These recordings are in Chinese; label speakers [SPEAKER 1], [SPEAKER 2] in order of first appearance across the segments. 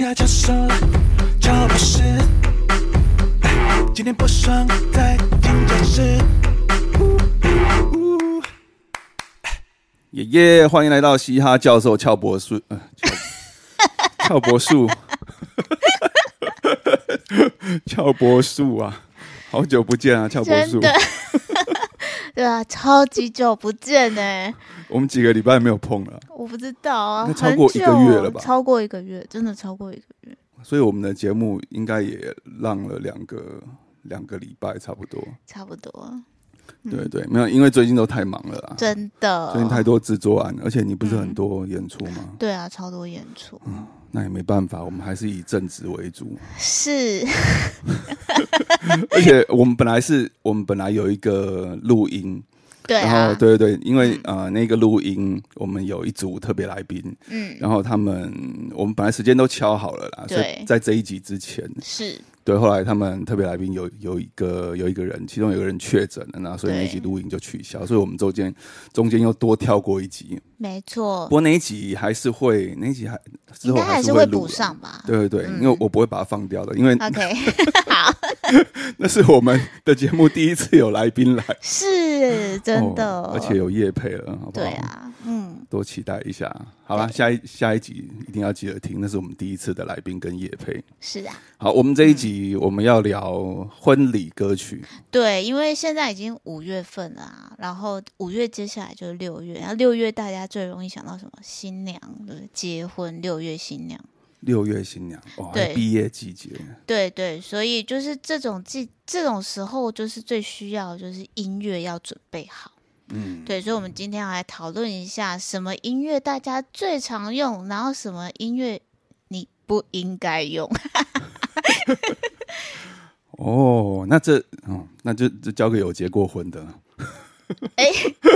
[SPEAKER 1] 要叫声乔博士，哎今天不爽在听解释。呜呜
[SPEAKER 2] 耶耶！欢迎来到嘻哈教授俏博士，呃俏俏博士，俏博士啊！好久不见啊，俏博士
[SPEAKER 3] 真！的， 对啊，超级久不见呢、
[SPEAKER 2] 我们几个礼拜没有碰了，
[SPEAKER 3] 我不知道啊，
[SPEAKER 2] 那
[SPEAKER 3] 很
[SPEAKER 2] 超过一个月了吧
[SPEAKER 3] 久超过一个月，真的超过一个月。
[SPEAKER 2] 所以我们的节目应该也浪了两个两个礼拜差不多。
[SPEAKER 3] 差不
[SPEAKER 2] 啊
[SPEAKER 3] 多，嗯
[SPEAKER 2] 对对，没有，因为最近都太忙了啊，
[SPEAKER 3] 真的。
[SPEAKER 2] 最近太多制作案，而且你不是很多演出吗？
[SPEAKER 3] 对啊，超多演出、
[SPEAKER 2] 嗯那也没办法，我们还是以正职为主。
[SPEAKER 3] 是
[SPEAKER 2] 而且我们本来是我们本来有一个录音，
[SPEAKER 3] 对
[SPEAKER 2] 然
[SPEAKER 3] 啊
[SPEAKER 2] 后，对对对，因为、呃那个录音我们有一组特别来宾，
[SPEAKER 3] 嗯，
[SPEAKER 2] 然后他们我们本来时间都敲好了啦，
[SPEAKER 3] 对
[SPEAKER 2] 所以在这一集之前，
[SPEAKER 3] 是
[SPEAKER 2] 对，后来他们特别来宾有有一个有一个人，其中有个人确诊了，那所以
[SPEAKER 3] 对
[SPEAKER 2] 那一集录音就取消，所以我们中间中间又多跳过一集，
[SPEAKER 3] 没
[SPEAKER 2] 不
[SPEAKER 3] 错，
[SPEAKER 2] 过那一集还是会那一集还之
[SPEAKER 3] 应
[SPEAKER 2] 后
[SPEAKER 3] 该还
[SPEAKER 2] 是
[SPEAKER 3] 会
[SPEAKER 2] 录
[SPEAKER 3] 补
[SPEAKER 2] 啦。
[SPEAKER 3] 上嗯吧。
[SPEAKER 2] 对对对，因为我不会把它放掉的，因为
[SPEAKER 3] OK，
[SPEAKER 2] 那是我们的节目第一次有来宾来，
[SPEAKER 3] 是 真的、
[SPEAKER 2] 哦而且有叶配了，好不好？
[SPEAKER 3] 对，啊，嗯，
[SPEAKER 2] 多期待一下。好啦，下一下一集一定要记得听，那是我们第一次的来宾跟叶配。
[SPEAKER 3] 是啊，
[SPEAKER 2] 好，我们这一集
[SPEAKER 3] 嗯
[SPEAKER 2] 我们要聊婚礼歌曲，
[SPEAKER 3] 对，因为现在已经五月份了、啊，然后五月接下来就是六月，然后六月大家最容易想到什么？新娘，对不对，结婚，六月新娘，
[SPEAKER 2] 六月新娘哦，
[SPEAKER 3] 对
[SPEAKER 2] 还毕业季节，
[SPEAKER 3] 对对，所以就是这种季这种时候，就是最需要就是音乐要准备好。
[SPEAKER 2] 嗯，
[SPEAKER 3] 对，所以我们今天要来讨论一下什么音乐大家最常用，然后什么音乐你不应该用。
[SPEAKER 2] 哦，那这哦，那就就交给有结过婚的，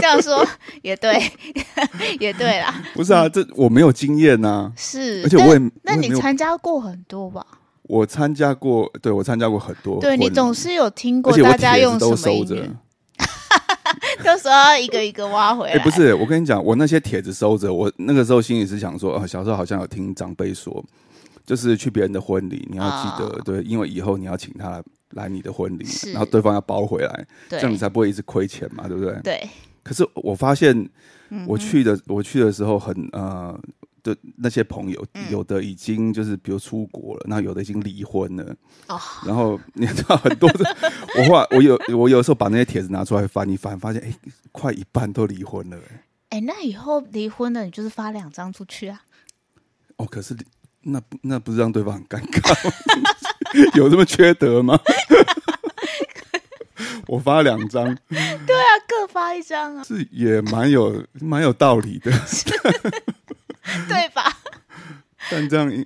[SPEAKER 3] 这样说也对， 也对啦，
[SPEAKER 2] 不是啊，这我没有经验呐、
[SPEAKER 3] 嗯是。
[SPEAKER 2] 而且
[SPEAKER 3] 但
[SPEAKER 2] 我也
[SPEAKER 3] 那
[SPEAKER 2] 我也
[SPEAKER 3] 你
[SPEAKER 2] 没有
[SPEAKER 3] 参加过很多吧？
[SPEAKER 2] 我参加过，对我参加过很多婚
[SPEAKER 3] 对
[SPEAKER 2] 礼，
[SPEAKER 3] 你总是有听过
[SPEAKER 2] 而且我
[SPEAKER 3] 大家
[SPEAKER 2] 帖子
[SPEAKER 3] 用什
[SPEAKER 2] 都
[SPEAKER 3] 么
[SPEAKER 2] 收
[SPEAKER 3] 音
[SPEAKER 2] 着，
[SPEAKER 3] 乐，啊到时候要一个一个挖回来。
[SPEAKER 2] 哎、不，是，我跟你讲，我那些帖子收着，我那个时候心里是想说，呃，小时候好像有听长辈说，就是去别人的婚礼，你要记得，
[SPEAKER 3] 啊
[SPEAKER 2] 对，因为以后你要请他来来你的婚礼，
[SPEAKER 3] 是
[SPEAKER 2] 然后对方要包回来，这样你
[SPEAKER 3] 对
[SPEAKER 2] 才不会一直亏钱嘛，对不对？
[SPEAKER 3] 对，
[SPEAKER 2] 可是我发现，我去的、我去的时候很呃。的那些朋友，有的已经就是比如出国了，那有的已经离婚了，
[SPEAKER 3] 哦
[SPEAKER 2] 然后你知道很多的， 我后来我有我有时候把那些帖子拿出来翻一翻，发现哎、快一半都离婚了、哎
[SPEAKER 3] 哎，那以后离婚了，你就是发两张出去啊。
[SPEAKER 2] 哦，可是那不那不是让对方很尴尬吗？ 有这么缺德吗？我发两张
[SPEAKER 3] 对啊，各发一张啊，
[SPEAKER 2] 是也蛮有蛮有道理的，
[SPEAKER 3] 对吧？
[SPEAKER 2] 但这样应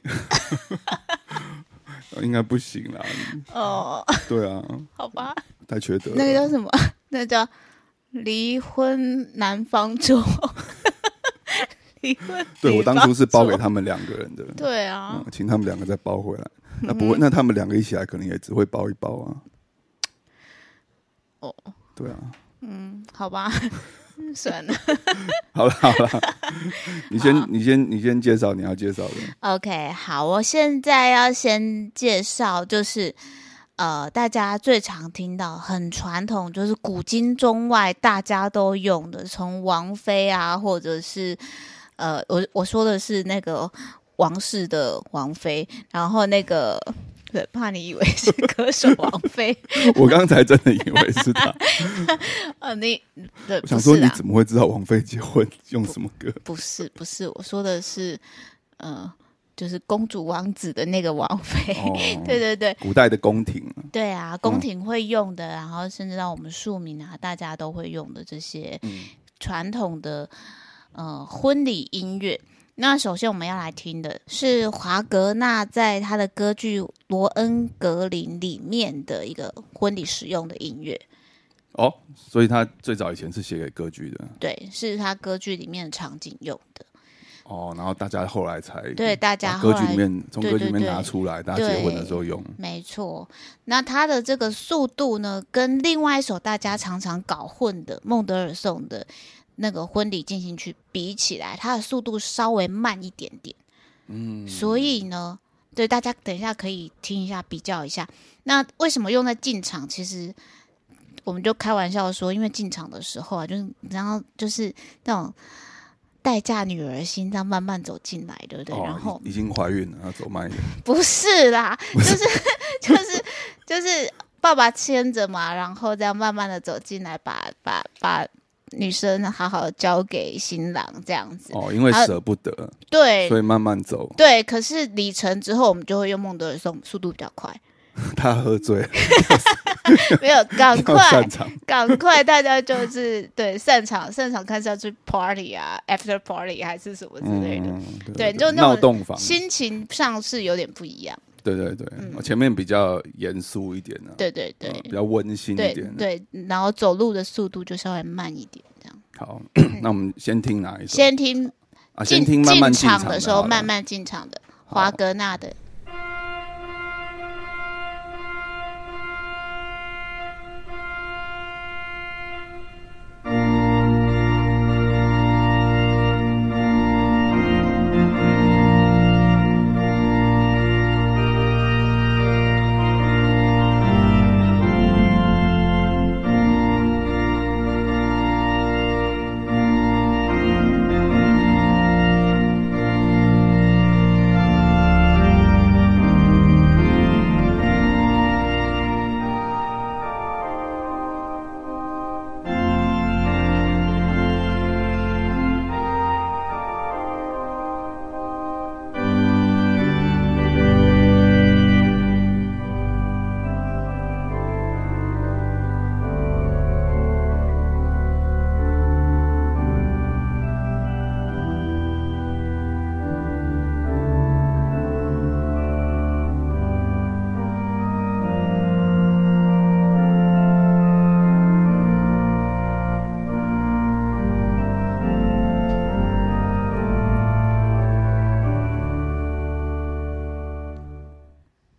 [SPEAKER 2] 应该不行啦。
[SPEAKER 3] 哦，
[SPEAKER 2] 对啊，
[SPEAKER 3] 好吧，
[SPEAKER 2] 太缺德了。
[SPEAKER 3] 那个叫什么？ 那叫离婚男方桌。 离婚女方桌，
[SPEAKER 2] 对我当初是包给他们两个人的，
[SPEAKER 3] 对啊嗯
[SPEAKER 2] 嗯，，请他们两个再包回来。那不会，那他们两个一起来，可能也只会包一包啊。
[SPEAKER 3] 哦，
[SPEAKER 2] 对啊，
[SPEAKER 3] 好吧， 算了。
[SPEAKER 2] 好了好 了，你先你先你先介绍你要介绍的。
[SPEAKER 3] OK，好，我现在要先介绍，就是呃，大家最常听到很传统，就是古今中外大家都用的，从王妃啊，或者是呃，我我说的是那个王室的王妃，然后那个。对，怕你以为是歌手王妃，
[SPEAKER 2] 我刚才真的以为是 他，
[SPEAKER 3] 呃，你对，
[SPEAKER 2] 我
[SPEAKER 3] 不
[SPEAKER 2] 想说
[SPEAKER 3] 是啊
[SPEAKER 2] 你
[SPEAKER 3] 啦
[SPEAKER 2] 怎么会知道王菲结婚用什么歌？
[SPEAKER 3] 不是不是，我说的是，呃，就是公主王子的那个王妃，
[SPEAKER 2] 哦，
[SPEAKER 3] 对对对，
[SPEAKER 2] 古代的宫廷啊
[SPEAKER 3] 对啊，宫廷会用的，然后甚至到我们庶民啊，大家都会用的这些
[SPEAKER 2] 嗯
[SPEAKER 3] 传统的呃婚礼音乐。那首先我们要来听的是华格纳在他的歌剧《罗恩格林》里面的一个婚礼使用的音乐，
[SPEAKER 2] 哦，所以他最早以前是写给歌剧的
[SPEAKER 3] 对，是他歌剧里面的场景用的。
[SPEAKER 2] 哦，然后大家后来才
[SPEAKER 3] 对，大家
[SPEAKER 2] 把
[SPEAKER 3] 后
[SPEAKER 2] 歌嗯剧里
[SPEAKER 3] 来
[SPEAKER 2] 面从
[SPEAKER 3] 对
[SPEAKER 2] 歌剧里
[SPEAKER 3] 对
[SPEAKER 2] 面
[SPEAKER 3] 对
[SPEAKER 2] 拿出来，大家结婚的时候用。
[SPEAKER 3] 没错，那它的这个速度呢，跟另外一首大家常常搞混的孟德尔颂的那个婚礼进行曲比起来，它的速度稍微慢一点点。嗯，所以呢，对，大家等一下可以听一下，比较一下。那为什么用在进场？其实我们就开玩笑说，因为进场的时候啊，就是然后就是那种待嫁女儿心，这样慢慢走进来，对不对？
[SPEAKER 2] 哦
[SPEAKER 3] 然后
[SPEAKER 2] 已已经怀孕了，要走慢一点。
[SPEAKER 3] 不是啦，就是 就是就是爸爸牵着嘛，然后这样慢慢的走进来，把把把女生好好地交给新郎这样子。
[SPEAKER 2] 哦，因为
[SPEAKER 3] 还有
[SPEAKER 2] 舍不得，
[SPEAKER 3] 对
[SPEAKER 2] 所以慢慢走。
[SPEAKER 3] 对，可是里程之后，我们就会用孟德尔颂，速度比 较快，
[SPEAKER 2] 他喝醉了，
[SPEAKER 3] 没有 赶
[SPEAKER 2] 要嗯
[SPEAKER 3] 快
[SPEAKER 2] 散场。
[SPEAKER 3] 赶快，大家就是对散场散场看是要去 party 啊，after party 还是什么之类的，
[SPEAKER 2] 嗯，对，
[SPEAKER 3] 对就那种
[SPEAKER 2] 闹洞房。
[SPEAKER 3] 心情上是有点不一样。
[SPEAKER 2] 对对对，我前面比较严肃一点啊，
[SPEAKER 3] 对对对
[SPEAKER 2] 嗯，比较温馨一
[SPEAKER 3] 对
[SPEAKER 2] 点。，
[SPEAKER 3] 对，然后走路的速度就稍微慢一点，这样。
[SPEAKER 2] 好，那我们先听哪一首？
[SPEAKER 3] 先听
[SPEAKER 2] 啊，
[SPEAKER 3] 进
[SPEAKER 2] 先听慢慢进
[SPEAKER 3] 场
[SPEAKER 2] 的
[SPEAKER 3] 的时候，
[SPEAKER 2] 好了
[SPEAKER 3] 慢慢进场的华格纳的。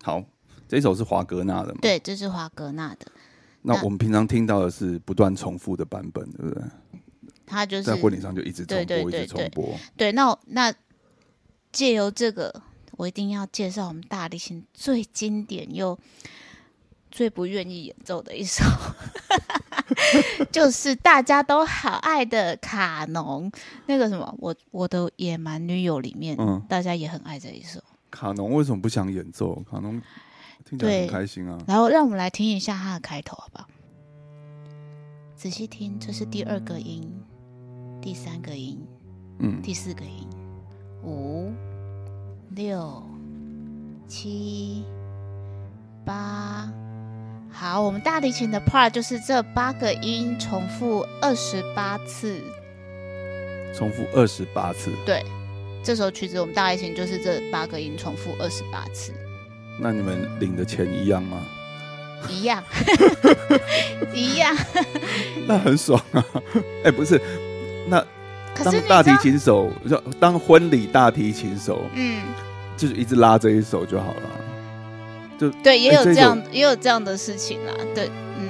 [SPEAKER 2] 好，这首是华格纳的嘛？。
[SPEAKER 3] 对，嗯这是华格纳的，
[SPEAKER 2] 那
[SPEAKER 3] 那
[SPEAKER 2] 我们平常听到的是不断重复的版本，对不对？
[SPEAKER 3] 他就是
[SPEAKER 2] 在婚礼上就一直重
[SPEAKER 3] 对对
[SPEAKER 2] 播，一
[SPEAKER 3] 对
[SPEAKER 2] 直重播。
[SPEAKER 3] 对，那我那借由这个，我一定要介绍我们大提琴最经典又最不愿意演奏的一首， 就是大家都好爱的卡农那个什么，我我的野蛮女友里面，
[SPEAKER 2] 嗯
[SPEAKER 3] 大家也很爱这一首。
[SPEAKER 2] 卡农为什么不想演奏？卡农听起来
[SPEAKER 3] 对
[SPEAKER 2] 很开心啊。
[SPEAKER 3] 然后让我们来听一下它的开头，好不好？仔细听，这是第二个音，第三个音，
[SPEAKER 2] 嗯，
[SPEAKER 3] 第四个音，五、六、七、八。好，我们大提琴的 part 就是这八个音重复二十八次。
[SPEAKER 2] 重复二十八次。
[SPEAKER 3] 对，这首曲子我们大提琴就是这八个音重复二十八次，
[SPEAKER 2] 那你们领的钱一样吗？
[SPEAKER 3] 一样， 一样。
[SPEAKER 2] 那很爽啊！哎、不是，那
[SPEAKER 3] 可
[SPEAKER 2] 当
[SPEAKER 3] 是你知
[SPEAKER 2] 大
[SPEAKER 3] 道
[SPEAKER 2] 提，琴手，就当婚礼大提琴手，
[SPEAKER 3] 嗯，
[SPEAKER 2] 就是一直拉这一首就好了啊。
[SPEAKER 3] 对，也
[SPEAKER 2] 哎
[SPEAKER 3] 有
[SPEAKER 2] 这
[SPEAKER 3] 这
[SPEAKER 2] 一
[SPEAKER 3] 样，也有这样的事情啦。对，嗯，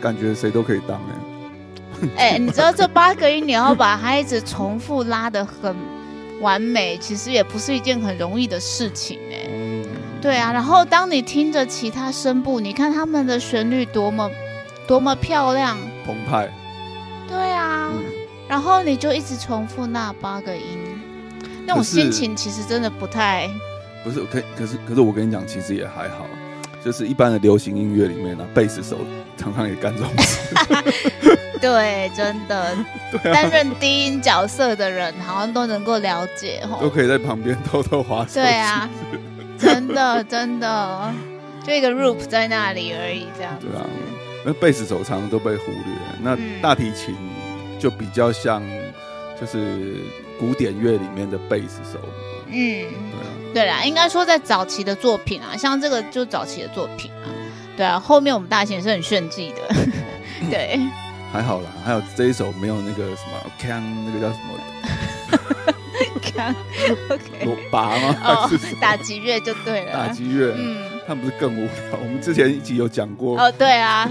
[SPEAKER 2] 感觉谁都可以当哎、
[SPEAKER 3] 哎、你知道这八个音，你要把它一直重复拉的很完美，其实也不是一件很容易的事情哎、
[SPEAKER 2] 嗯，
[SPEAKER 3] 对啊，然后当你听着其他声部，你看他们的旋律多么多么漂亮，
[SPEAKER 2] 澎湃。
[SPEAKER 3] 对啊，
[SPEAKER 2] 嗯，
[SPEAKER 3] 然后你就一直重复那八个音，那种
[SPEAKER 2] 可是
[SPEAKER 3] 心情其实真的不太
[SPEAKER 2] 不是，可可是可是我跟你讲，其实也还好，就是一般的流行音乐里面呢、啊贝斯手常常也干这种 事。
[SPEAKER 3] 对，真的
[SPEAKER 2] 对
[SPEAKER 3] 担
[SPEAKER 2] 啊，
[SPEAKER 3] 任低音角色的人好像都能够了解吼。
[SPEAKER 2] 都可以在旁边偷偷滑 手机。
[SPEAKER 3] 对啊，真的真的，就一个 loop 在那里而已，这样子
[SPEAKER 2] 对啊，那贝斯手常常都被忽略，那
[SPEAKER 3] 嗯
[SPEAKER 2] 大提琴就比较像就是古典乐里面的贝斯手。
[SPEAKER 3] 嗯，
[SPEAKER 2] 对啊，
[SPEAKER 3] 对啦，应该说在早期的作品啊，像这个就早期的作品啊，对啊，后面我们大型也是很炫技 的，对，
[SPEAKER 2] 还好啦，还有这一首没有那个什么锵，那个叫什么
[SPEAKER 3] 看，OK，
[SPEAKER 2] 罗拔吗？
[SPEAKER 3] 哦
[SPEAKER 2] 还是什，么
[SPEAKER 3] 打击乐就对了，
[SPEAKER 2] 打击乐？
[SPEAKER 3] 嗯，
[SPEAKER 2] 他们不是更无聊？我们之前一集有讲过，
[SPEAKER 3] 哦，对啊。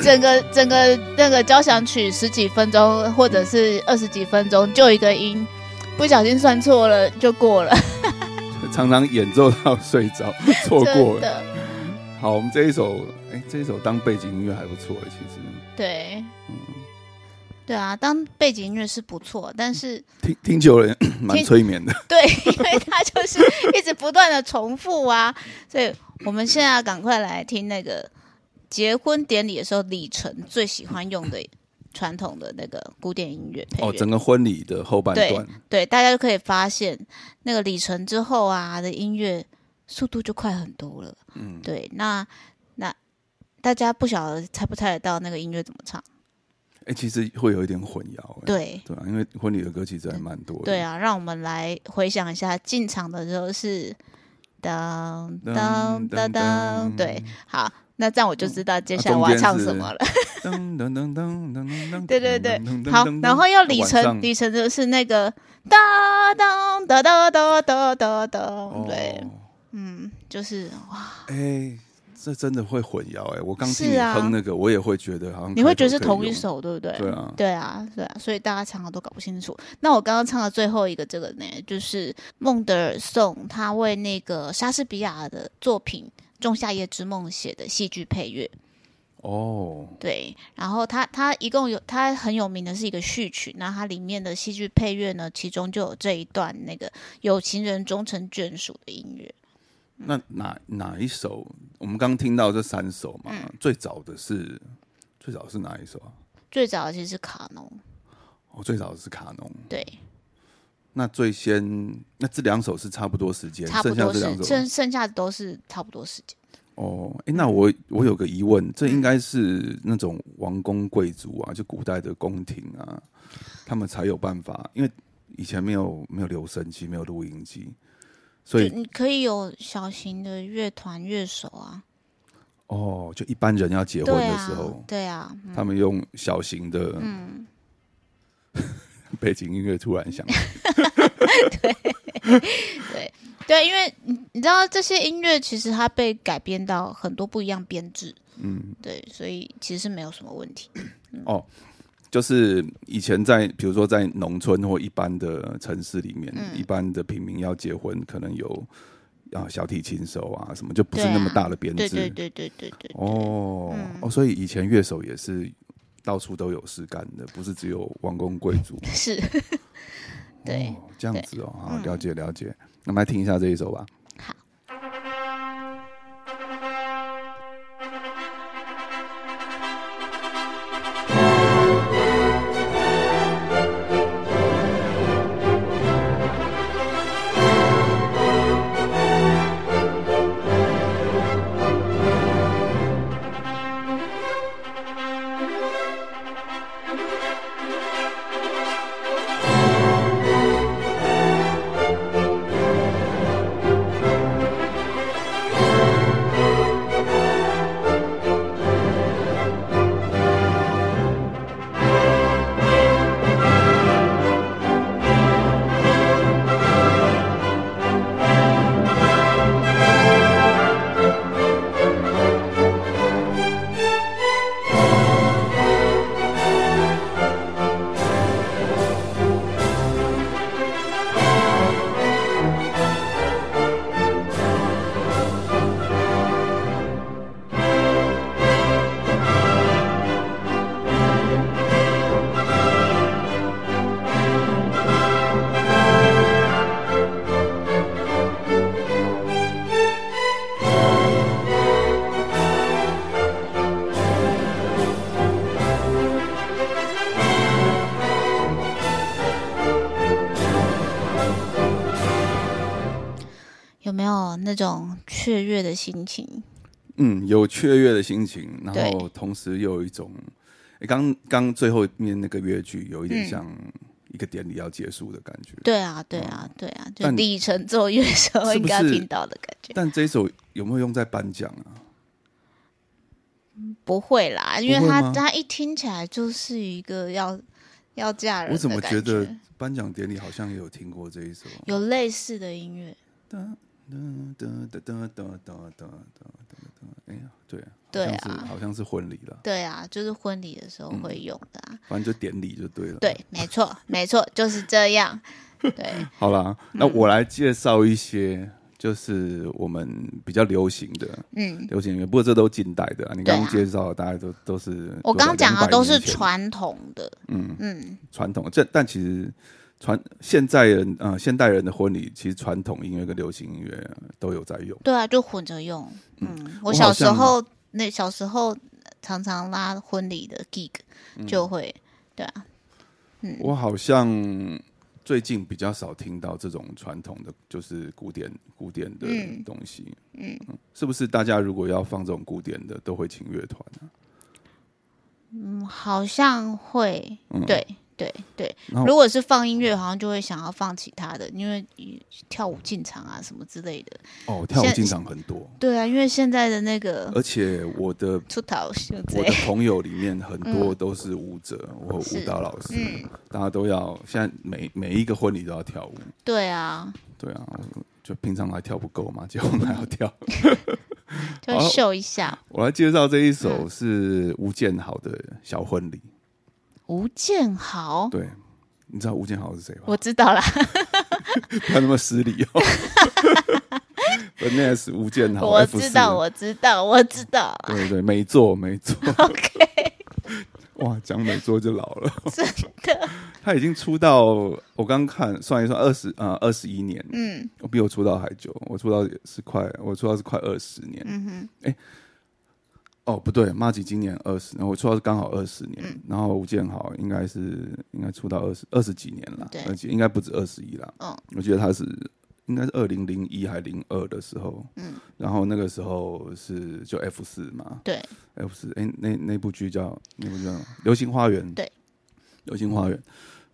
[SPEAKER 3] 整个整个那个交响曲十几分钟，或者是二十几分钟，就一个音，不小心算错了就过了。
[SPEAKER 2] 常常演奏到睡 着，错 过
[SPEAKER 3] 真
[SPEAKER 2] 了。
[SPEAKER 3] 的，
[SPEAKER 2] 好，我们这一首，哎，这一首当背景音乐还不错，其实
[SPEAKER 3] 对，对啊，当背景音乐是不错，但是
[SPEAKER 2] 听听久了 蛮催眠的。
[SPEAKER 3] 对，因为它就是一直不断的重复啊，所以我们现在要赶快来听那个结婚典礼的时候，李晨最喜欢用的传统的那个古典音乐配乐。
[SPEAKER 2] 哦，整个婚礼的后半段，
[SPEAKER 3] 对，大家就可以发现，那个李晨之后啊的音乐速度就快很多了。
[SPEAKER 2] 嗯，
[SPEAKER 3] 对，那那大家不晓得猜不猜得到那个音乐怎么唱？
[SPEAKER 2] 哎，其实会有一点混淆。哎
[SPEAKER 3] 对，
[SPEAKER 2] 对啊，因为婚礼的歌其实还蛮多的。
[SPEAKER 3] 对，啊，让我们来回想一下进场的时候是当
[SPEAKER 2] 当
[SPEAKER 3] 当
[SPEAKER 2] 当
[SPEAKER 3] 当当，
[SPEAKER 2] 当
[SPEAKER 3] 对，好，那这样我就知道接
[SPEAKER 2] 啊
[SPEAKER 3] 下来
[SPEAKER 2] 中
[SPEAKER 3] 我要
[SPEAKER 2] 间
[SPEAKER 3] 唱
[SPEAKER 2] 是
[SPEAKER 3] 什么了。
[SPEAKER 2] 噔噔噔噔噔噔噔，
[SPEAKER 3] 对对对
[SPEAKER 2] 噔噔，噔
[SPEAKER 3] 好
[SPEAKER 2] 噔，
[SPEAKER 3] 然
[SPEAKER 2] 噔
[SPEAKER 3] 后要李
[SPEAKER 2] 晚
[SPEAKER 3] 晨，
[SPEAKER 2] 上
[SPEAKER 3] 李晨就是那个当当当当当当当当，对，
[SPEAKER 2] 哦
[SPEAKER 3] 嗯，就是哇，
[SPEAKER 2] 哎、这真的会混淆哎、我刚听
[SPEAKER 3] 是
[SPEAKER 2] 你
[SPEAKER 3] 啊
[SPEAKER 2] 哼那个，我也会觉得好像
[SPEAKER 3] 你会觉得是
[SPEAKER 2] 开头
[SPEAKER 3] 同
[SPEAKER 2] 可以
[SPEAKER 3] 一
[SPEAKER 2] 用。
[SPEAKER 3] 首，对不对？
[SPEAKER 2] 对啊
[SPEAKER 3] 对啊，对啊，所以大家常常都搞不清楚。那我刚刚唱的最后一个这个呢，就是孟德尔颂他为那个莎士比亚的作品《仲夏夜之梦》写的戏剧配乐。
[SPEAKER 2] 哦，
[SPEAKER 3] 对，然后他他一共有他很有名的是一个序曲，那它里面的戏剧配乐呢，其中就有这一段那个有情人终成眷属的音乐。
[SPEAKER 2] 那哪哪一首？我们刚听到这三首嘛，
[SPEAKER 3] 嗯
[SPEAKER 2] 最早的是最早是哪一首啊？
[SPEAKER 3] 最早其实是卡农，
[SPEAKER 2] 哦，最早的是卡农。
[SPEAKER 3] 对，
[SPEAKER 2] 那最先，那这两首是差不多时间，
[SPEAKER 3] 差不
[SPEAKER 2] 剩下
[SPEAKER 3] 多
[SPEAKER 2] 这两
[SPEAKER 3] 是
[SPEAKER 2] 首
[SPEAKER 3] 剩剩下的都是差不多时间。
[SPEAKER 2] 哦。哎、那我我有个疑问，这应该是那种王公贵族啊，就古代的宫廷啊，他们才有办法，因为以前没有没有留声机，没有录音机，所以
[SPEAKER 3] 就你可以有小型的乐团乐手啊，
[SPEAKER 2] 哦，就一般人要结婚
[SPEAKER 3] 对
[SPEAKER 2] 的
[SPEAKER 3] 啊
[SPEAKER 2] 时候，，
[SPEAKER 3] 对啊，嗯
[SPEAKER 2] 他们用小型的， 背景音乐突然响起，
[SPEAKER 3] 对，因为你你知道这些音乐其实它被改编到很多不一样编制，嗯，对，所以其实是没有什么问题。
[SPEAKER 2] 就是以前在比如说在农村或一般的城市里面，
[SPEAKER 3] 嗯
[SPEAKER 2] 一般的平民要结婚，可能有啊小提琴手啊什么，就不是
[SPEAKER 3] 对啊
[SPEAKER 2] 那么大的编制。
[SPEAKER 3] 对对嗯对对对对对，
[SPEAKER 2] 哦、哦，所以以前乐手也是到处都有事干的，不是只有王公贵族。
[SPEAKER 3] 是，对嗯
[SPEAKER 2] 哦，这样子哦，好，了解了解。那我们来听一下这一首吧。
[SPEAKER 3] 好。有没有那种雀跃的心情？
[SPEAKER 2] 嗯，有雀跃的心情，然
[SPEAKER 3] 对
[SPEAKER 2] 后同时又有一种，诶刚刚最后面那个乐句有一
[SPEAKER 3] 嗯
[SPEAKER 2] 点像一个典礼要结束的感觉。
[SPEAKER 3] 对啊，对啊，对啊，就
[SPEAKER 2] 哦但
[SPEAKER 3] 李晨做乐手
[SPEAKER 2] 是
[SPEAKER 3] 应
[SPEAKER 2] 不
[SPEAKER 3] 该要
[SPEAKER 2] 是
[SPEAKER 3] 听到的感觉。
[SPEAKER 2] 但这一首有没有用在颁奖啊？
[SPEAKER 3] 不会啦，因为
[SPEAKER 2] 会
[SPEAKER 3] 他
[SPEAKER 2] 吗
[SPEAKER 3] 他一听起来就是一个要要嫁人
[SPEAKER 2] 我
[SPEAKER 3] 呃的
[SPEAKER 2] 怎么
[SPEAKER 3] 感
[SPEAKER 2] 觉得颁奖典礼好像也有听过这一首？啊
[SPEAKER 3] 有类似的音乐？
[SPEAKER 2] 哒哒哒哒哒哒哒哒哒，哎呀，对啊，
[SPEAKER 3] 对啊
[SPEAKER 2] 好像是好像是婚礼了，
[SPEAKER 3] 对啊，就是婚礼的时候会用的啊。
[SPEAKER 2] 反正就典礼就对了。，
[SPEAKER 3] 对，没错，没错，就是这样。对，
[SPEAKER 2] 好啦，那我来介绍一些就是我们比较流行的
[SPEAKER 3] 嗯，
[SPEAKER 2] 流行音乐，不过这都近代的啊。你刚刚
[SPEAKER 3] 对
[SPEAKER 2] 介绍的大概都都是
[SPEAKER 3] 我刚刚讲的
[SPEAKER 2] 的
[SPEAKER 3] 都是传统的，
[SPEAKER 2] 嗯
[SPEAKER 3] 嗯，
[SPEAKER 2] 传统，这但其实传现在人呃现代人的婚礼，其实传统音乐跟流行音乐都有在用。
[SPEAKER 3] 对啊，就混着用。嗯，
[SPEAKER 2] 我
[SPEAKER 3] 我小
[SPEAKER 2] 好
[SPEAKER 3] 时
[SPEAKER 2] 像啊
[SPEAKER 3] 候那小时候常常拉婚礼的 gig
[SPEAKER 2] 嗯
[SPEAKER 3] 就会，对啊，
[SPEAKER 2] 我好像最近比较少听到这种传统的，就是古典古典的
[SPEAKER 3] 嗯
[SPEAKER 2] 东西。嗯，是不是大家如果要放这种古典的，都会请乐团啊？
[SPEAKER 3] 嗯，好像会，对对对
[SPEAKER 2] 嗯然。后
[SPEAKER 3] 如果是放音乐，好像就会想要放其他的，因为跳舞进场啊什么之类的。
[SPEAKER 2] 哦，跳舞
[SPEAKER 3] 现在
[SPEAKER 2] 进场很多，
[SPEAKER 3] 对啊，因为现在的那个
[SPEAKER 2] 而且我的
[SPEAKER 3] 出逃秀之
[SPEAKER 2] 呃我的
[SPEAKER 3] 类，
[SPEAKER 2] 朋友里面很多都是舞者或
[SPEAKER 3] 是
[SPEAKER 2] 舞蹈老师，
[SPEAKER 3] 嗯
[SPEAKER 2] 大家都要现在每每一个婚礼都要跳舞。
[SPEAKER 3] 对啊，
[SPEAKER 2] 对啊，我就平常还跳不够嘛，结婚还要 跳。
[SPEAKER 3] 就
[SPEAKER 2] 好
[SPEAKER 3] 秀一下。
[SPEAKER 2] 我来介绍这一首是吴建豪的《小婚礼》。
[SPEAKER 3] 吴建豪，
[SPEAKER 2] 对，你知道吴建豪是谁吧？
[SPEAKER 3] 我知道啦，
[SPEAKER 2] 不要那么失礼 哦。Vanessa 吴建豪，
[SPEAKER 3] 我
[SPEAKER 2] F4
[SPEAKER 3] 知道，我知道，我知 道。
[SPEAKER 2] 对对，没做没做，
[SPEAKER 3] OK，
[SPEAKER 2] 哇，讲没做就老了。
[SPEAKER 3] 真的，
[SPEAKER 2] 他已经出道，我刚看算一算，二十呃二十一年，
[SPEAKER 3] 嗯
[SPEAKER 2] 我比我出道还久，我出道是快，我出道是快二十年。
[SPEAKER 3] 嗯哼，
[SPEAKER 2] 哦，不对，马吉今年二十，我出道是刚好二十年，
[SPEAKER 3] 嗯
[SPEAKER 2] 然后吴建豪应该是应该出道二十二十几年了
[SPEAKER 3] 对，
[SPEAKER 2] 而且应该不止二十一啦。
[SPEAKER 3] 嗯
[SPEAKER 2] 我记得他是应该是二零零一还零二的时候，
[SPEAKER 3] 嗯
[SPEAKER 2] 然后那个时候是就 F 四嘛
[SPEAKER 3] 对，
[SPEAKER 2] ，F 四，哎，那那部剧叫那部剧叫什么《流星花园》，
[SPEAKER 3] 对，
[SPEAKER 2] 《流星花园》，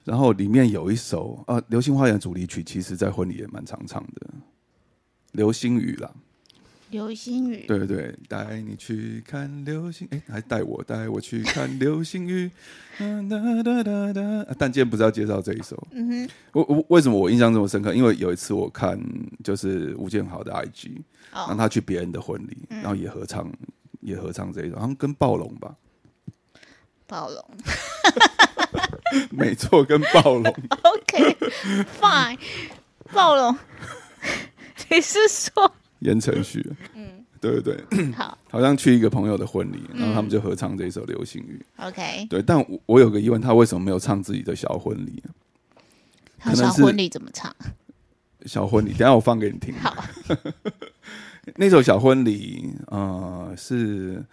[SPEAKER 2] 然后里面有一首啊，《流星花园》主题曲，其实在婚礼也蛮常唱的，《流星雨》啦，
[SPEAKER 3] 流星雨，
[SPEAKER 2] 对对对，带你去看流星，哎，还是带我带我去看流星雨，哒哒哒哒哒。啊但今天不是要介绍这一首，
[SPEAKER 3] 嗯
[SPEAKER 2] 我我为什么我印象这么深刻？因为有一次我看就是吴建豪的 IG，
[SPEAKER 3] 哼，
[SPEAKER 2] 让
[SPEAKER 3] 哦，嗯
[SPEAKER 2] 他去别人的婚礼，然后也合唱也合唱这一首，好像跟暴龙吧，
[SPEAKER 3] 暴龙
[SPEAKER 2] 没错，跟暴 龙。
[SPEAKER 3] ，OK，Fine，暴 龙， 你是说
[SPEAKER 2] 言承旭，嗯，对对对，
[SPEAKER 3] 好
[SPEAKER 2] 好像去一个朋友的婚礼，
[SPEAKER 3] 嗯
[SPEAKER 2] 然后他们就合唱这一首《流星雨》。
[SPEAKER 3] OK？
[SPEAKER 2] 对，但我我有个疑问，他为什么没有唱自己的小婚礼啊？
[SPEAKER 3] 他
[SPEAKER 2] 可能
[SPEAKER 3] 小
[SPEAKER 2] 是
[SPEAKER 3] 婚礼怎么唱？
[SPEAKER 2] 小婚礼，等一下我放给你听。
[SPEAKER 3] 好，
[SPEAKER 2] 那首小婚礼，呃，是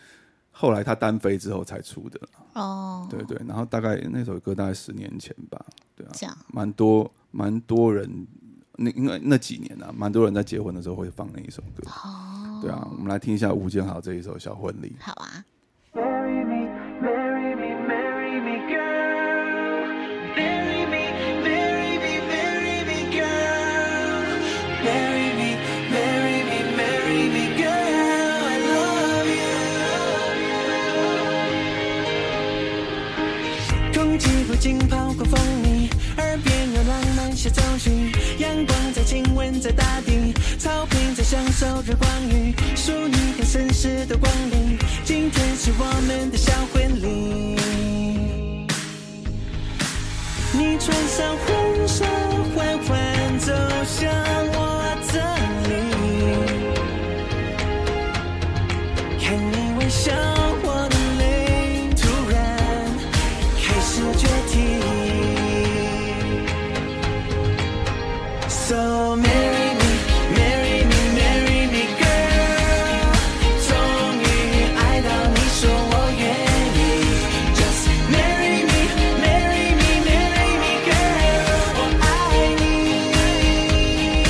[SPEAKER 2] 后来他单飞之后才出的，
[SPEAKER 3] 哦，
[SPEAKER 2] 对对。然后大概那首歌大概十年前吧，对啊，
[SPEAKER 3] 这样
[SPEAKER 2] 蛮多蛮多人，那因为那几年啊，蛮多人在结婚的时候会放那一首歌，
[SPEAKER 3] 哦，
[SPEAKER 2] 对啊。我们来听一下吴建豪这一首小婚礼。
[SPEAKER 3] 好啊，
[SPEAKER 4] Marry me, marry me, marry me, girl. Marry me, marry me, marry me, girl. Marry me, marry me, marry me, girl. I love you. 空气不禁跑过风里，耳边有浪漫小奏曲，阳光在亲吻着大地，草坪在享受着光雨，淑女跟绅士的光临，今天是我们的小婚礼。你穿上婚纱，缓缓走向我这里，看你微笑，我的泪突然开始决堤。So marry me, marry me, marry me, girl。终于爱到你说我愿意。Just marry me, marry me, marry me, girl。我爱你。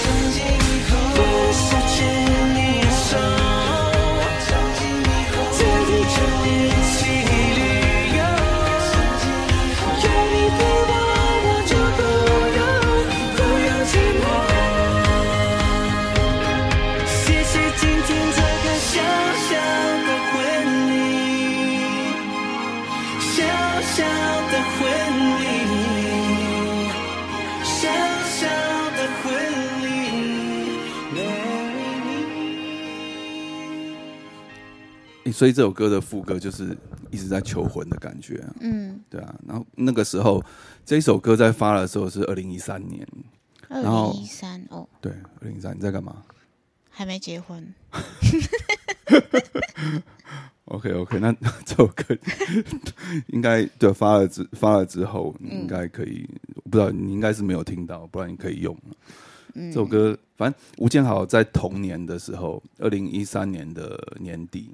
[SPEAKER 4] 从今以后，我手牵你的手。从今以后，在地球一起旅游。有你陪我，我就不用不用寂寞。谢谢今天这个小小的婚礼，小小的婚礼，小小的婚礼。
[SPEAKER 2] 诶所以这首歌的副歌就是一直在求婚的感觉啊、
[SPEAKER 3] 嗯
[SPEAKER 2] 对啊。然后那个时候，这一首歌在发的时候是二零一三年，
[SPEAKER 3] 二
[SPEAKER 2] 然后
[SPEAKER 3] 零一三哦，
[SPEAKER 2] 对，二零三你在干嘛
[SPEAKER 3] 还没结婚，
[SPEAKER 2] ？OK OK，那 这首歌应该对发了之发了之后，你应该可以，我不知道你应该是没有听到，不然你可以用了。这首歌，反正吴建豪在同年的时候，二零一三年的年底，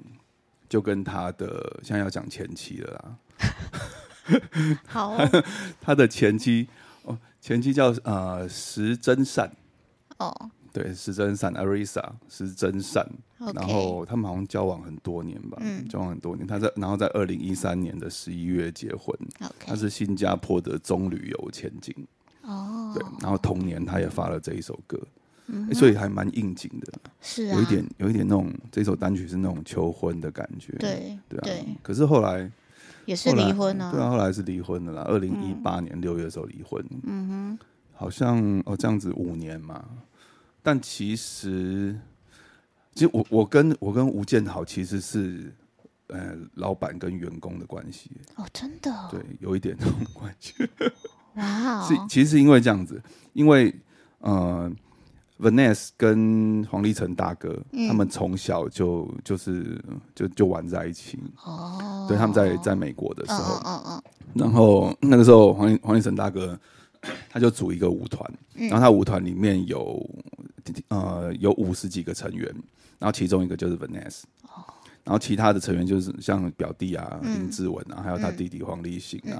[SPEAKER 2] 就跟他的现在要讲前妻了啦，
[SPEAKER 3] 好哦
[SPEAKER 2] 他的前妻哦，前妻叫呃石真善，
[SPEAKER 3] 哦
[SPEAKER 2] 对，石真善 Arisa 石真善，
[SPEAKER 3] ，OK，
[SPEAKER 2] 然后他们好像交往很多年吧，
[SPEAKER 3] 嗯
[SPEAKER 2] 交往很多年。他在然后在二零一三年的十一月结婚，他
[SPEAKER 3] OK，
[SPEAKER 2] 是新加坡的棕榈油前景，
[SPEAKER 3] 哦，嗯
[SPEAKER 2] 对，然后同年他也发了这一首歌，诶所以还蛮应景的，
[SPEAKER 3] 是啊，
[SPEAKER 2] 有一点有一点那种这首单曲是那种求婚的感觉，
[SPEAKER 3] 对
[SPEAKER 2] 对啊。
[SPEAKER 3] 对，
[SPEAKER 2] 可是后来
[SPEAKER 3] 也是离婚嗯
[SPEAKER 2] 对啊，
[SPEAKER 3] 啊，
[SPEAKER 2] 后来是离婚的啦，二零一八年六月的时候离婚，嗯哼，好像哦这样子五年嘛，但其实其实我我跟我跟吴建豪其实是呃老板跟员工的关系，
[SPEAKER 3] 哦，真的哦，
[SPEAKER 2] 对，有一点这种关系，
[SPEAKER 3] 哇
[SPEAKER 2] 是
[SPEAKER 3] 哦，
[SPEAKER 2] 其实是因为这样子，因为呃。Vanessa 跟黄立成大哥，
[SPEAKER 3] 嗯
[SPEAKER 2] 他们从小就就是就就玩在一起，
[SPEAKER 3] 哦，
[SPEAKER 2] 对，他们在在美国的时
[SPEAKER 3] 嗯
[SPEAKER 2] 候，
[SPEAKER 3] 嗯嗯嗯，
[SPEAKER 2] 然后那个时候黄立黄立成大哥 他就组一个舞团，
[SPEAKER 3] 嗯
[SPEAKER 2] 然后他舞团里面有呃有五十几个成员，然后其中一个就是 Vanessa，、然
[SPEAKER 3] 哦
[SPEAKER 2] 后其他的成员就是像表弟啊、
[SPEAKER 3] 嗯
[SPEAKER 2] 林志文啊，还有他弟弟黄立行啊，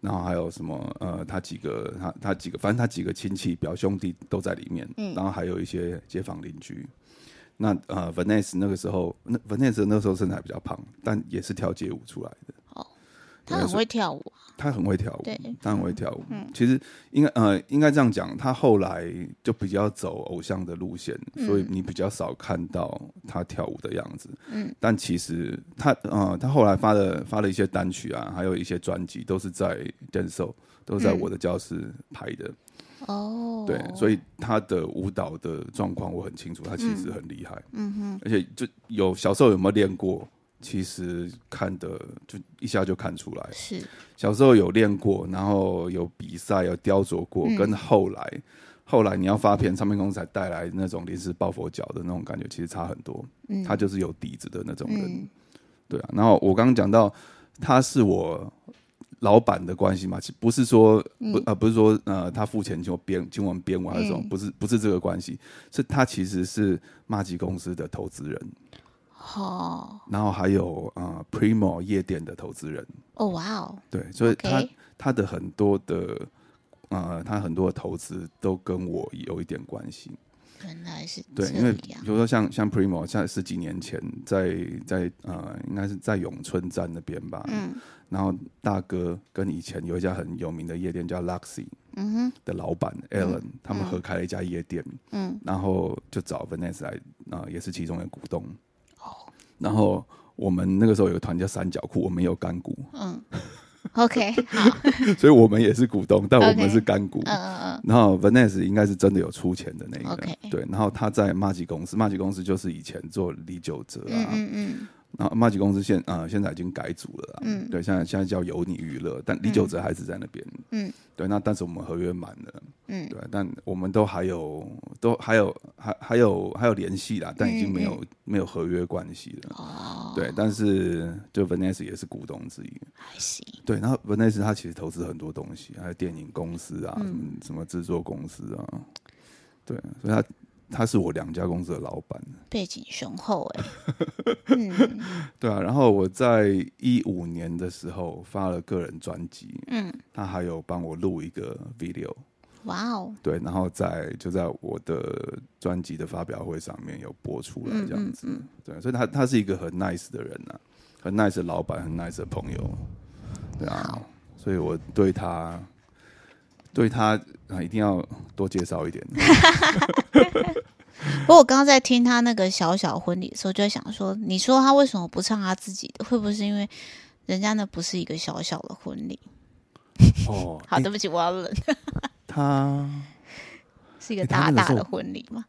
[SPEAKER 2] 然后还有什么呃他几个他他几个反正他几个亲戚表兄弟都在里面，然后还有一些街坊邻居。那呃，Vanessa 那个时候，那 Vanessa 那时候身材比较胖，但也是跳街舞出来的。
[SPEAKER 3] 他很会跳舞啊，
[SPEAKER 2] 他很会跳舞
[SPEAKER 3] 对，
[SPEAKER 2] 他很会跳舞。其实应该呃，应该这样讲，他后来就比较走偶像的路线，所以你比较少看到他跳舞的样子。嗯，但其实他呃，他后来发的发了一些单曲啊，还有一些专辑，都是在 d a n s o 都是在我的教室拍的。
[SPEAKER 3] 哦，
[SPEAKER 2] 对，所以他的舞蹈的状况我很清楚，他其实很厉害。嗯哼，而且就有小时候有没有练过，其实看的就一下就看出来。
[SPEAKER 3] 是
[SPEAKER 2] 小时候有练过，然后有比赛，有雕琢过，跟后来后来你要发片，唱片公司才带来那种临时抱佛脚的那种感觉，其实差很多。他就是有底子的那种人，对啊。然后我刚刚讲到，他是我老板的关系嘛，其不是说不呃不是说呃他付钱请我编请我们编舞还是什么，不是不是这个关系，是他其实是马吉公司的投资人，
[SPEAKER 3] 哦
[SPEAKER 2] 然后还有呃 Primo 夜店的投资人。
[SPEAKER 3] 哦哇哦，
[SPEAKER 2] 对，所以他
[SPEAKER 3] OK
[SPEAKER 2] 他的很多的呃，他很多的投资都跟我有一点关系。
[SPEAKER 3] 原来是这
[SPEAKER 2] 对，因为
[SPEAKER 3] 样
[SPEAKER 2] 比，如说像像 Primo，像十几年前在在呃，应该是在永春站那边吧，嗯，然后大哥跟以前有一家很有名的夜店叫 Luxy，嗯的老板 Alan，、他们合开了一家夜店，嗯，然后就找 Vanessa 来，呃，也是其中的股东，哦，然后我们那个时候有个团叫三角裤，我们有干股，
[SPEAKER 3] 嗯，OK，好，
[SPEAKER 2] 所以我们也是股东，但我
[SPEAKER 3] OK
[SPEAKER 2] 们是干股。
[SPEAKER 3] 嗯嗯
[SPEAKER 2] 然后 Vanessa 应该是真的有出钱的那个
[SPEAKER 3] OK
[SPEAKER 2] 对。然后他在 m a g i 公司 m a g i 公司就是以前做李九哲啊，
[SPEAKER 3] 嗯嗯嗯，
[SPEAKER 2] 然后 m a g i 公司现啊、呃现在已经改组了啦，对，现在现在叫有你娱乐，但李九哲还是在那边，
[SPEAKER 3] 嗯，
[SPEAKER 2] 对。那但是我们合约满了，
[SPEAKER 3] 嗯
[SPEAKER 2] 对，但我们都还有都还有还还有还有联系啦，但已经没有、没有合约关系了，
[SPEAKER 3] 嗯哦，
[SPEAKER 2] 对。但是就 Vanessa 也是股东之一，
[SPEAKER 3] 还行，
[SPEAKER 2] 对，然后 Vanessa 他其实投资很多东西，还有电影公司啊，什么什么制作公司啊，对，所以他他是我两家公司的老板，
[SPEAKER 3] 背景雄厚哎，
[SPEAKER 2] 对啊。然后我在一五年的时候发了个人专辑，嗯，他还有帮我录一个 video，
[SPEAKER 3] 哇哦，
[SPEAKER 2] 对，然后在就在我的专辑的发表会上面有播出来
[SPEAKER 3] 嗯
[SPEAKER 2] 这样子，对，所以他他是一个很 nice 的人啊，很 nice 的老板，很 nice 的朋友，对啊，所以我对他对他啊一定要多介绍一 点，
[SPEAKER 3] 不过我刚刚在听他那个小小婚礼的时候，就在想说，你说他为什么不唱他自己的？会不会是因为人家那不是一个小小的婚礼？
[SPEAKER 2] 哦，
[SPEAKER 3] 好，
[SPEAKER 2] 诶
[SPEAKER 3] 对不起，我要冷，哎
[SPEAKER 2] 他
[SPEAKER 3] 是一个
[SPEAKER 2] 诶他
[SPEAKER 3] 大
[SPEAKER 2] 那个
[SPEAKER 3] 大
[SPEAKER 2] 时候
[SPEAKER 3] 的婚礼嘛。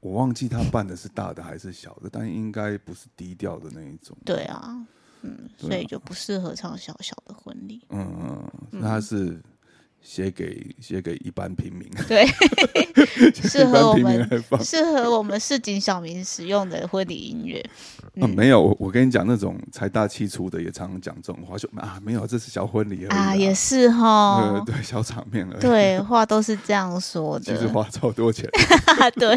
[SPEAKER 2] 我忘记他办的是大的还是小的，但应该不是低调的那一种，
[SPEAKER 3] 对啊，嗯，
[SPEAKER 2] 对啊
[SPEAKER 3] 所以就不适合唱小小的婚礼。
[SPEAKER 2] 嗯嗯，嗯那他是写给写给一般平民，
[SPEAKER 3] 对， 适
[SPEAKER 2] 一
[SPEAKER 3] 合
[SPEAKER 2] 般
[SPEAKER 3] 我
[SPEAKER 2] 平民
[SPEAKER 3] 们
[SPEAKER 2] 来放。
[SPEAKER 3] 适合我们市井小民使用的婚礼音乐。嗯
[SPEAKER 2] 啊，没有，我我跟你讲，那种财大气粗的也常常讲这种话，就啊，没有，这是小婚礼而已啦
[SPEAKER 3] 啊，也是哈
[SPEAKER 2] 呃，，对，小场面而已。，
[SPEAKER 3] 对，话都是这样说
[SPEAKER 2] 其实
[SPEAKER 3] 的，啊
[SPEAKER 2] 花超多钱。
[SPEAKER 3] 对，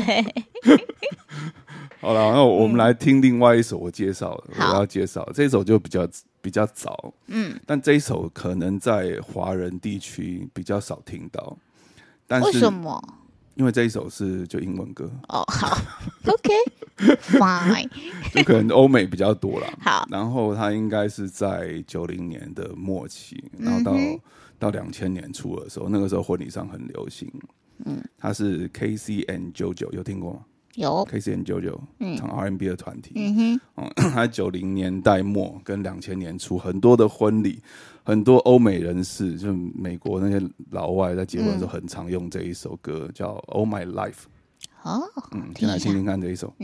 [SPEAKER 2] 好了，那我们来听另外一首我介绍的，
[SPEAKER 3] 嗯好
[SPEAKER 2] 我要介绍这首就比较比较早，嗯，但这一首可能在华人地区比较少听到。但是
[SPEAKER 3] 为什？么？
[SPEAKER 2] 因为这一首是就英文歌，
[SPEAKER 3] 哦，好 ，OK，fine，
[SPEAKER 2] 就可能欧美比较多啦。
[SPEAKER 3] 好
[SPEAKER 2] 然后它应该是在九零年的末期，然
[SPEAKER 3] 嗯
[SPEAKER 2] 后到、到两千年初的时候，那个时候婚礼上很流行。嗯，它是 K C and JoJo，有听过吗
[SPEAKER 3] 有，
[SPEAKER 2] ？K C and JoJo，唱 R N B 的团体。
[SPEAKER 3] 嗯 哼，
[SPEAKER 2] 嗯，它九零年代末跟两千年初，很多的婚礼，很多欧美人士，就美国那些老外在结婚的时候，很常用这一首歌，叫《Oh My Life》。
[SPEAKER 3] 哦，
[SPEAKER 2] 嗯，先
[SPEAKER 3] 听
[SPEAKER 2] 来
[SPEAKER 3] 一下嗯
[SPEAKER 2] 听，听看这一首。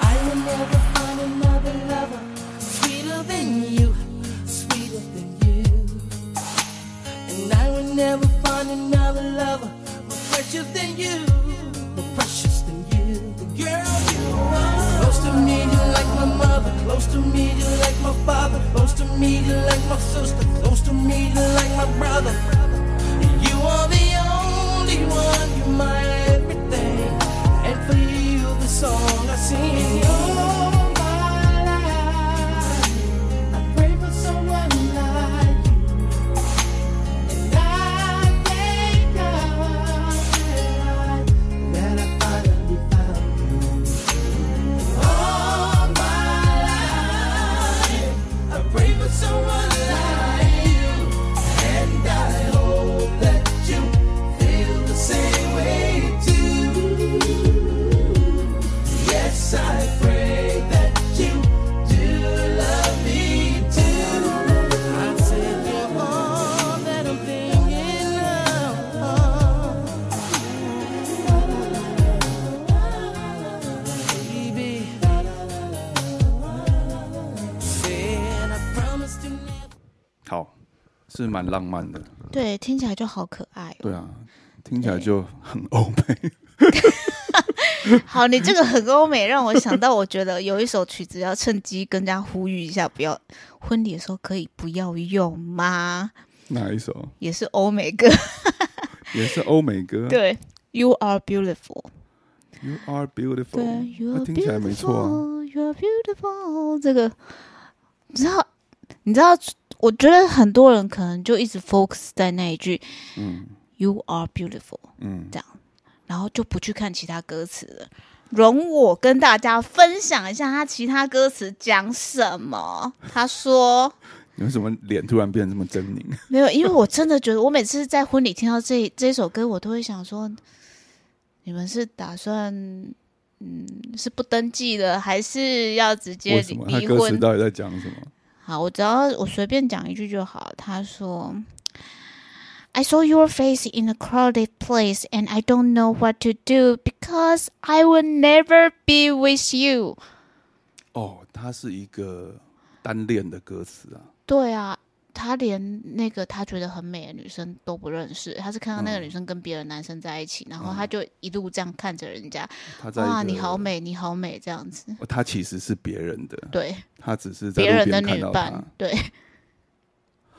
[SPEAKER 4] I will never find another lover sweeter than you, sweeter than you. And I will never find another lover more precious than you, more precious than you. Girl, you are close to me, you're like my mother. Close to me, you're like my father. Close to me, you're like my sister. Close to me, you're like my brother. You are the only one, you're my everything. And for you, the song I sing. All my life, I pray for someone like you. And I thank God that I finally found you. All my life, I pray for someone like you. And I hope that you feel the same way too. Yes, I pray that you do love me too. I tell you all that I'm thinking of. Baby, said I promised to never.
[SPEAKER 2] 好，是蛮浪漫的，
[SPEAKER 3] 对，听起来就好可爱哦。
[SPEAKER 2] 对啊，听起来就很欧美。
[SPEAKER 3] 好，你这个很欧美，让我想到，我觉得有一首曲子要趁机跟大家呼吁一下，不要婚礼的时候可以不要用吗？
[SPEAKER 2] 哪一首？
[SPEAKER 3] 也是欧美歌，
[SPEAKER 2] 也是欧美歌啊。
[SPEAKER 3] 对，You are beautiful，
[SPEAKER 2] You are
[SPEAKER 3] 对
[SPEAKER 2] beautiful，
[SPEAKER 3] ，You
[SPEAKER 2] 那
[SPEAKER 3] are
[SPEAKER 2] 听起来没错啊。
[SPEAKER 3] beautiful，You are beautiful，这个你知道，你知道，我觉得很多人可能就一直 focus 在那一句，You are beautiful，
[SPEAKER 2] 嗯，
[SPEAKER 3] 这样，然后就不去看其他歌词了。容我跟大家分享一下他其他歌词讲什么。他说
[SPEAKER 2] 你为什么脸突然变得这么狰狞？
[SPEAKER 3] 没有，因为我真的觉得，我每次在婚礼听到这这首歌，我都会想说，你们是打算嗯是不登记了，还是要直接
[SPEAKER 2] 为什
[SPEAKER 3] 离
[SPEAKER 2] 么？他
[SPEAKER 3] 离
[SPEAKER 2] 歌词
[SPEAKER 3] 婚？
[SPEAKER 2] 到底在讲什么？
[SPEAKER 3] 好，我只要我随便讲一句就好。他说：“I saw your face in a crowded place, and I don't know what to do because I will never be with you。
[SPEAKER 2] 哦，它是一个单恋的歌词啊。”
[SPEAKER 3] 对啊，他连那个他觉得很美的女生都不认识，他是看到那
[SPEAKER 2] 嗯
[SPEAKER 3] 个女生跟别的男生在一起，然后他就一路这样看着人家，
[SPEAKER 2] 他嗯在一个
[SPEAKER 3] 哇，你好，美，你好美，这样子。
[SPEAKER 2] 哦他其实是别人的，
[SPEAKER 3] 对，
[SPEAKER 2] 他只是在
[SPEAKER 3] 别
[SPEAKER 2] 路
[SPEAKER 3] 人的
[SPEAKER 2] 边看
[SPEAKER 3] 女
[SPEAKER 2] 到
[SPEAKER 3] 伴嗯
[SPEAKER 2] 他，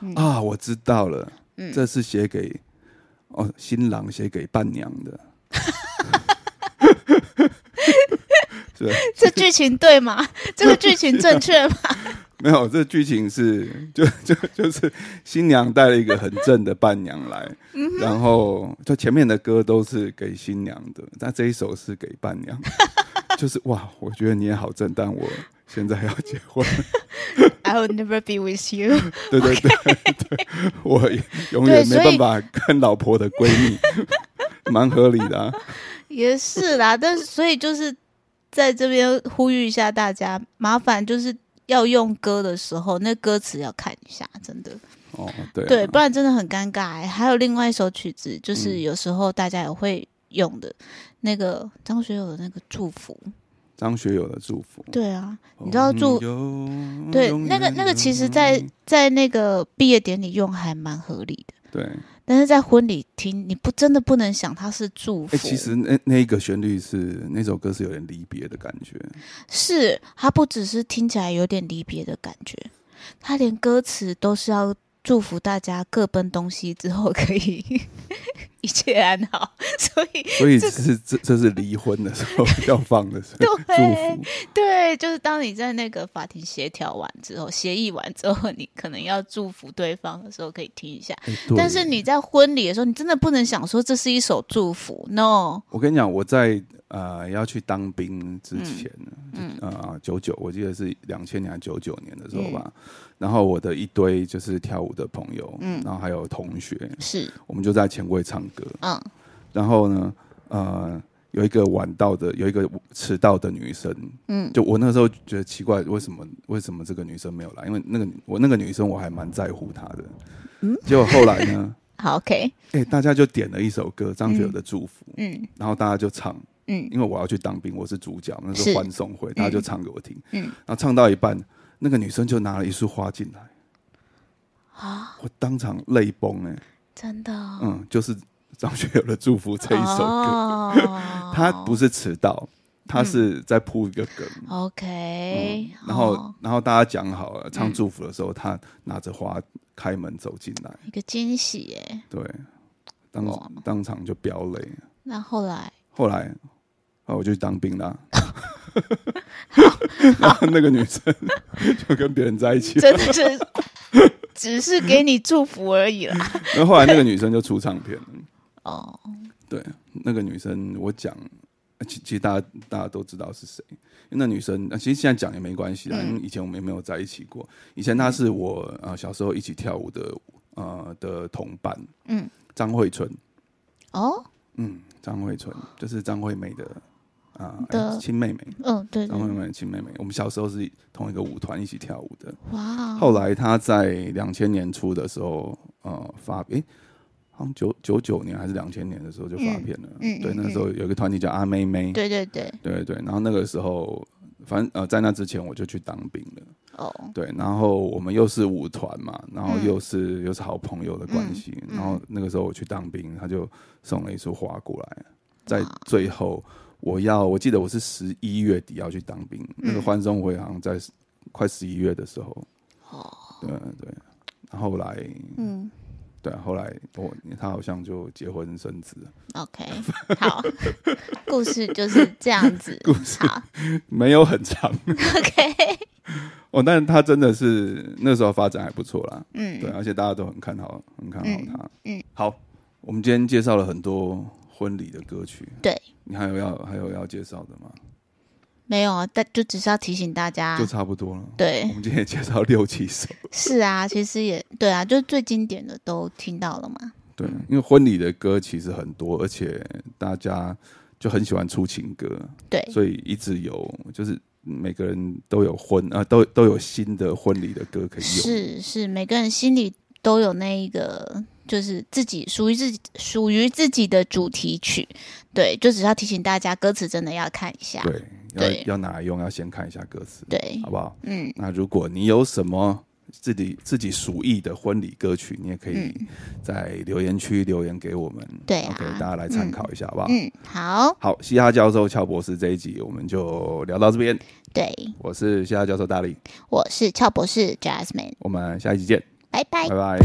[SPEAKER 3] 对，
[SPEAKER 2] 啊。我知道了，
[SPEAKER 3] 嗯
[SPEAKER 2] 这是写给哦新郎写给伴娘 的， 是吧
[SPEAKER 3] 这剧情对吗？这个剧情正 确吗？
[SPEAKER 2] 没有，这剧情是就就就是新娘带了一个很正的伴娘来，
[SPEAKER 3] 嗯
[SPEAKER 2] 然后就前面的歌都是给新娘的，但这一首是给伴娘， 就是哇，我觉得你也好正，但我现在要结婚，
[SPEAKER 3] I will never be with you 。
[SPEAKER 2] 对对对对，我也永
[SPEAKER 3] 对
[SPEAKER 2] 远没
[SPEAKER 3] 所以
[SPEAKER 2] 办法跟老婆的闺蜜， 蛮合理的、啊，
[SPEAKER 3] 也是啦，但是所以就是在这边呼吁一下大家，麻烦就是要用歌的时候，那歌词要看一下，真的。
[SPEAKER 2] 哦，对啊、
[SPEAKER 3] 对，不然真的很尴尬、欸。还有另外一首曲子，
[SPEAKER 2] 嗯
[SPEAKER 3] 就是有时候大家也会用的，那个张学友的那个祝福。
[SPEAKER 2] 张学友的祝福，嗯
[SPEAKER 3] 对啊，你知
[SPEAKER 2] 哦
[SPEAKER 3] 道祝、
[SPEAKER 2] 福
[SPEAKER 3] 对那个那个，其实在，在那个毕业典礼用还蛮合理的，
[SPEAKER 2] 对，
[SPEAKER 3] 但是在婚礼听，你不真的不能想它是祝福。
[SPEAKER 2] 哎、其实那那一个旋律是那首歌是有点离别的感觉，
[SPEAKER 3] 是它不只是听起来有点离别的感觉，它连歌词都是要祝福大家各奔东西之后可以 一切安好， 所以
[SPEAKER 2] 所以是这这是离婚的时候要放的是
[SPEAKER 3] 对
[SPEAKER 2] 祝福，
[SPEAKER 3] 对，就是当你在那个法庭协调完之后，协议完之后，你可能要祝福对方的时候可以听一下。
[SPEAKER 2] 哎对
[SPEAKER 3] 但是你在婚礼的时候，你真的不能想说这是一首祝福，no，
[SPEAKER 2] 我跟你讲，我在呃要去当兵之前，嗯，呃九九，我记得是两千年还九九年的时候吧，然后我的一堆就是跳舞的朋友，嗯，然后还有同学，
[SPEAKER 3] 是，
[SPEAKER 2] 我们就在前柜唱歌，
[SPEAKER 3] 嗯，
[SPEAKER 2] 然后呢，呃，有一个晚到的，有一个迟到的女生，嗯，就我那时候觉得奇怪，为什么为什么这个女生没有来？因为那个我那个女生我还蛮在乎她的，嗯，结果后来呢，
[SPEAKER 3] 好，OK，
[SPEAKER 2] 哎、大家就点了一首歌，张学友的《祝福》，
[SPEAKER 3] 嗯
[SPEAKER 2] 然后大家就唱，
[SPEAKER 3] 嗯，
[SPEAKER 2] 因为我要去当兵，我是主角，那
[SPEAKER 3] 是
[SPEAKER 2] 是欢送会，大家就唱给我听，
[SPEAKER 3] 嗯
[SPEAKER 2] 然后唱到一半，那个女生就拿了一束花进来，
[SPEAKER 3] 啊，
[SPEAKER 2] 我当场泪崩、哎，
[SPEAKER 3] 真的哦，
[SPEAKER 2] 嗯，就是张学友的《祝福》 这一首歌。
[SPEAKER 3] 哦嗯
[SPEAKER 2] 他不是迟到，他是在铺一个梗。
[SPEAKER 3] 哦，OK，
[SPEAKER 2] 嗯然后，
[SPEAKER 3] 哦
[SPEAKER 2] 然后大家讲好了，唱祝福的时候，他拿着花开门走进来，
[SPEAKER 3] 一个惊喜耶，
[SPEAKER 2] 对，当
[SPEAKER 3] 哇
[SPEAKER 2] 当场就飙泪。
[SPEAKER 3] 那 后来
[SPEAKER 2] 后来，后来我就去当兵 啦。 然后那个女生 就跟别人在一 起了，
[SPEAKER 3] 真的是只是给你祝福而已啦，
[SPEAKER 2] 然后后来那个女生就出唱片了。
[SPEAKER 3] 哦，
[SPEAKER 2] 对，那个女生我讲，呃其其实大家大家都知道是谁，因为那女生，呃其实现在讲也没关系啦，因
[SPEAKER 3] 嗯
[SPEAKER 2] 为以前我们也没有在一起过，以前她是我呃小时候一起跳舞的呃的同伴，
[SPEAKER 3] 嗯，
[SPEAKER 2] 张惠纯，
[SPEAKER 3] 哦，
[SPEAKER 2] 嗯，张惠纯就是张惠妹的啊哎
[SPEAKER 3] 的
[SPEAKER 2] 亲、妹妹，
[SPEAKER 3] 嗯，对对
[SPEAKER 2] 张惠
[SPEAKER 3] 对，
[SPEAKER 2] 妹的亲妹妹，我们小时候是同一个舞团一起跳舞的，
[SPEAKER 3] 哇哦，
[SPEAKER 2] 后来她在两千年初的时候，呃，发诶、好像九九九年还是两千年的时候就发片了。
[SPEAKER 3] 嗯嗯
[SPEAKER 2] 对，
[SPEAKER 3] 嗯
[SPEAKER 2] 那时候有一个团体叫阿妹妹。
[SPEAKER 3] 对对对，
[SPEAKER 2] 对对，然后那个时候，反正呃，在那之前我就去当兵了。
[SPEAKER 3] 哦，
[SPEAKER 2] 对，然后我们又是舞团嘛，然后
[SPEAKER 3] 嗯
[SPEAKER 2] 又是、又是好朋友的关系。
[SPEAKER 3] 嗯嗯
[SPEAKER 2] 然后那个时候我去当兵，他就送了一束花过来，在
[SPEAKER 3] 哇
[SPEAKER 2] 最后。我要，我记得我是十一月底要去当兵，那
[SPEAKER 3] 嗯
[SPEAKER 2] 个欢送会好像在快十一月的时候，
[SPEAKER 3] 哦，
[SPEAKER 2] 对对，然后后来
[SPEAKER 3] 嗯。
[SPEAKER 2] 对，啊后来我他好像就结婚生子了，
[SPEAKER 3] OK，好，故事就是这样 子。
[SPEAKER 2] 故事
[SPEAKER 3] 好
[SPEAKER 2] 没有很长
[SPEAKER 3] ，OK，
[SPEAKER 2] 哦，但是他真的是那时候发展还不错啦，
[SPEAKER 3] 嗯，
[SPEAKER 2] 对，而且大家都很看好，很看好他。
[SPEAKER 3] 嗯
[SPEAKER 2] 好，我们今天介绍了很多婚礼的歌曲，
[SPEAKER 3] 对，
[SPEAKER 2] 你还有要还有要介绍的吗？
[SPEAKER 3] 没有，啊，但就只是要提醒大家
[SPEAKER 2] 就，差不多了。我
[SPEAKER 3] 对，
[SPEAKER 2] 们今天也介绍六七首，
[SPEAKER 3] 是啊，其实也对啊，就最经典的都听到了嘛。
[SPEAKER 2] 对，因为婚礼的歌其实很多，而且大家就很喜欢出情歌，
[SPEAKER 3] 对，
[SPEAKER 2] 所以一直有，就是每个人都有婚啊、呃都都有新的婚礼的歌可以用。
[SPEAKER 3] 是是，每个人心里都有那一个，就是自己属于自己属于自己的主题曲。对，就只是要提醒大家，歌词真的要看一下。
[SPEAKER 2] 对，
[SPEAKER 3] 啊对
[SPEAKER 2] 要要拿来用，要先看一下歌词，
[SPEAKER 3] 对
[SPEAKER 2] 好，不好？
[SPEAKER 3] 嗯，
[SPEAKER 2] 那如果你有什么自己自己属意的婚礼歌曲，你也可以在留言区留言给我们，
[SPEAKER 3] 嗯对啊
[SPEAKER 2] o k 大家来参考一下，好不好？
[SPEAKER 3] 嗯，好，
[SPEAKER 2] 好，嘻哈教授乔博士这一集我们就聊到这边，
[SPEAKER 3] 对，
[SPEAKER 2] 我是嘻哈教授大力，
[SPEAKER 3] 我是俏博士 Jasmine，
[SPEAKER 2] 我们下一集见，
[SPEAKER 3] 拜拜
[SPEAKER 2] 拜。拜